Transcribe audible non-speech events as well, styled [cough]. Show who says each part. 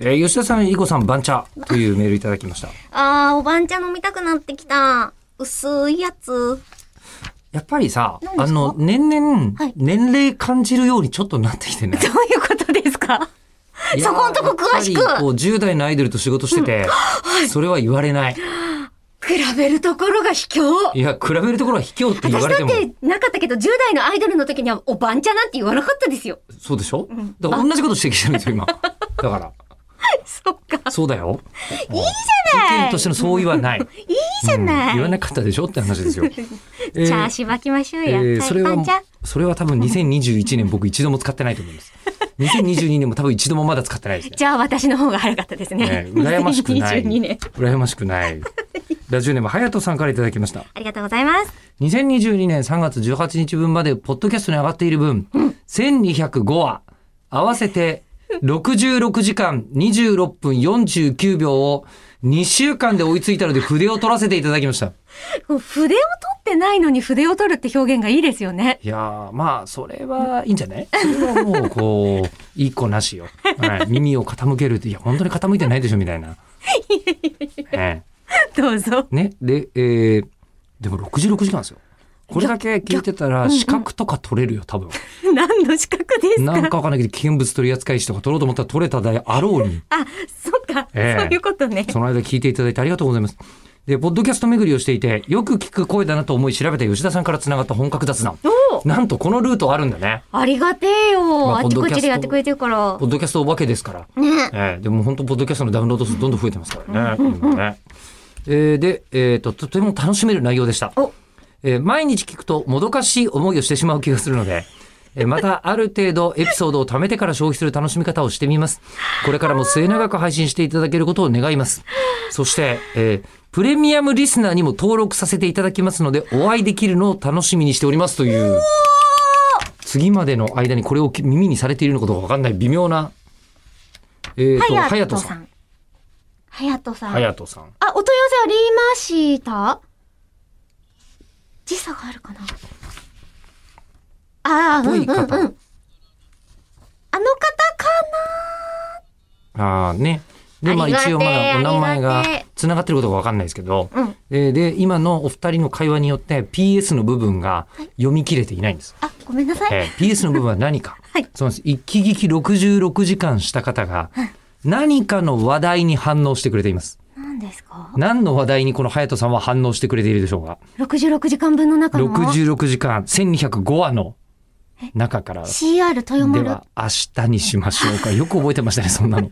Speaker 1: えー、吉田さん、イコさん、番茶というメールいただきました。
Speaker 2: あー、おばん茶飲みたくなってきた。薄いやつ。
Speaker 1: [laughs] やっぱりさ
Speaker 2: 何、で
Speaker 1: あ
Speaker 2: すか
Speaker 1: の、年々、
Speaker 2: はい
Speaker 1: 年齢感じるようにちょっとなってきて [laughs] ね。
Speaker 2: どういうことですか
Speaker 1: いやー
Speaker 2: そこんとこ詳しく
Speaker 1: やっぱりこう、10代のアイドルと仕事してて、それは言われない。
Speaker 2: 比べるところが卑怯。
Speaker 1: いや、比べるところは卑怯って言
Speaker 2: 私
Speaker 1: われ
Speaker 2: だ
Speaker 1: て
Speaker 2: っ
Speaker 1: も、
Speaker 2: てなかったけど、10代のアイドルの時にはおばんちゃなんて言わなかったで
Speaker 1: [laughs]
Speaker 2: すよ。
Speaker 1: そうでしょ
Speaker 2: ん
Speaker 1: だから同じことしてきてるんですよ、 [laughs] 今。だから、
Speaker 2: そっか。
Speaker 1: そうだよ。いいじ
Speaker 2: ゃない
Speaker 1: 意見としての相違はない。いい
Speaker 2: いいじゃない。
Speaker 1: 言わなかったでしょって話 [laughs] ですよ。えー
Speaker 2: チャーしばきましょうや。
Speaker 1: えー
Speaker 2: はい、
Speaker 1: それ
Speaker 2: ば
Speaker 1: は
Speaker 2: んちゃん。
Speaker 1: それは多分2021年僕一度も使ってないと思い
Speaker 2: [laughs]
Speaker 1: ます。2022年も多分一度もまだ使ってないですね。
Speaker 2: じゃあ私の方が早かったですね。
Speaker 1: ね羨ましく
Speaker 2: [laughs]
Speaker 1: ない。
Speaker 2: 2022年。
Speaker 1: 羨ましくない。ラジオネーム、はやとさんからいただきました。
Speaker 2: ありがとうございます。
Speaker 1: 2022年3月18日分まで、ポッドキャストに上がっている分、1205話、合わせて66時間26分49秒を2週間で追いついたので筆を取らせていただきました。
Speaker 2: 筆を取ってないのに筆を取るって表現がいいですよね。 [laughs]
Speaker 1: いやーまあそれはいいんじゃないそれはもうこう一個なし [laughs] よ、はい、耳を傾けるっていや本当に傾いてないでしょみたいな、え
Speaker 2: どうぞ。
Speaker 1: えねで、えーでも66時間ですよこれだけ聞いてたら資格とか取れるよ多分
Speaker 2: 何の資格ですか
Speaker 1: なんかわかんないけど危険物取扱士とか取ろうと思ったら取れたであろう [laughs] に
Speaker 2: あ、そっか、
Speaker 1: ええ
Speaker 2: そういうことね。
Speaker 1: その間聞いていただいてありがとうございますでポッドキャスト巡りをしていてよく聞く声だなと思い調べた吉田さんからつながった本格雑談
Speaker 2: お
Speaker 1: なんとこのルートあるんだね
Speaker 2: ありがてえよ、
Speaker 1: まあ
Speaker 2: あ、っちこっちでやってくれてるから
Speaker 1: ポ。ッドキャストお化けですから
Speaker 2: ね
Speaker 1: ええでも本当、ポッドキャストのダウンロード数どんどん増えてますからね。今ねえーで、えーと、とても楽しめる内容でした。
Speaker 2: お
Speaker 1: えー毎日聞くともどかしい思いをしてしまう気がするので、えーまたある程度エピソードを貯めてから消費する楽しみ方をしてみます。これからも末永く配信していただけることを願います。そして、えープレミアムリスナーにも登録させていただきますので、お会いできるのを楽しみにしておりますという、次までの間にこれをき耳にされているのかどうかわかんない微妙な、えーと、
Speaker 2: は
Speaker 1: は
Speaker 2: や
Speaker 1: や
Speaker 2: と
Speaker 1: とさ
Speaker 2: さ
Speaker 1: ん。
Speaker 2: ん。はやとさん。
Speaker 1: はやとさん。
Speaker 2: あ、お問い合わせありました時差があるかなああ、うん
Speaker 1: ぽ
Speaker 2: うんう
Speaker 1: い
Speaker 2: ん。あの
Speaker 1: 方
Speaker 2: 方か
Speaker 1: ああね。で、まあ
Speaker 2: ありがてえ
Speaker 1: 一応まだお名前が
Speaker 2: ありがてえ
Speaker 1: 繋がってることがわかんないですけど、
Speaker 2: うん
Speaker 1: えーで、今のお二人の会話によって PS の部分が読み切れていないんです。
Speaker 2: なあ、ごめんなさい。
Speaker 1: えー PS の部分は何か。
Speaker 2: [laughs] はい
Speaker 1: そうなんです。一気聞き66時間した方が、何かの話題に反応してくれています。
Speaker 2: 何ですか
Speaker 1: 何の話題にこの隼人さんは反応してくれているでしょうか
Speaker 2: ?66 時間分の中の
Speaker 1: ?66 時間1205話の中から
Speaker 2: CR 豊
Speaker 1: で
Speaker 2: 丸
Speaker 1: は明日にしましょうか。よく覚えてましたね、そんなの。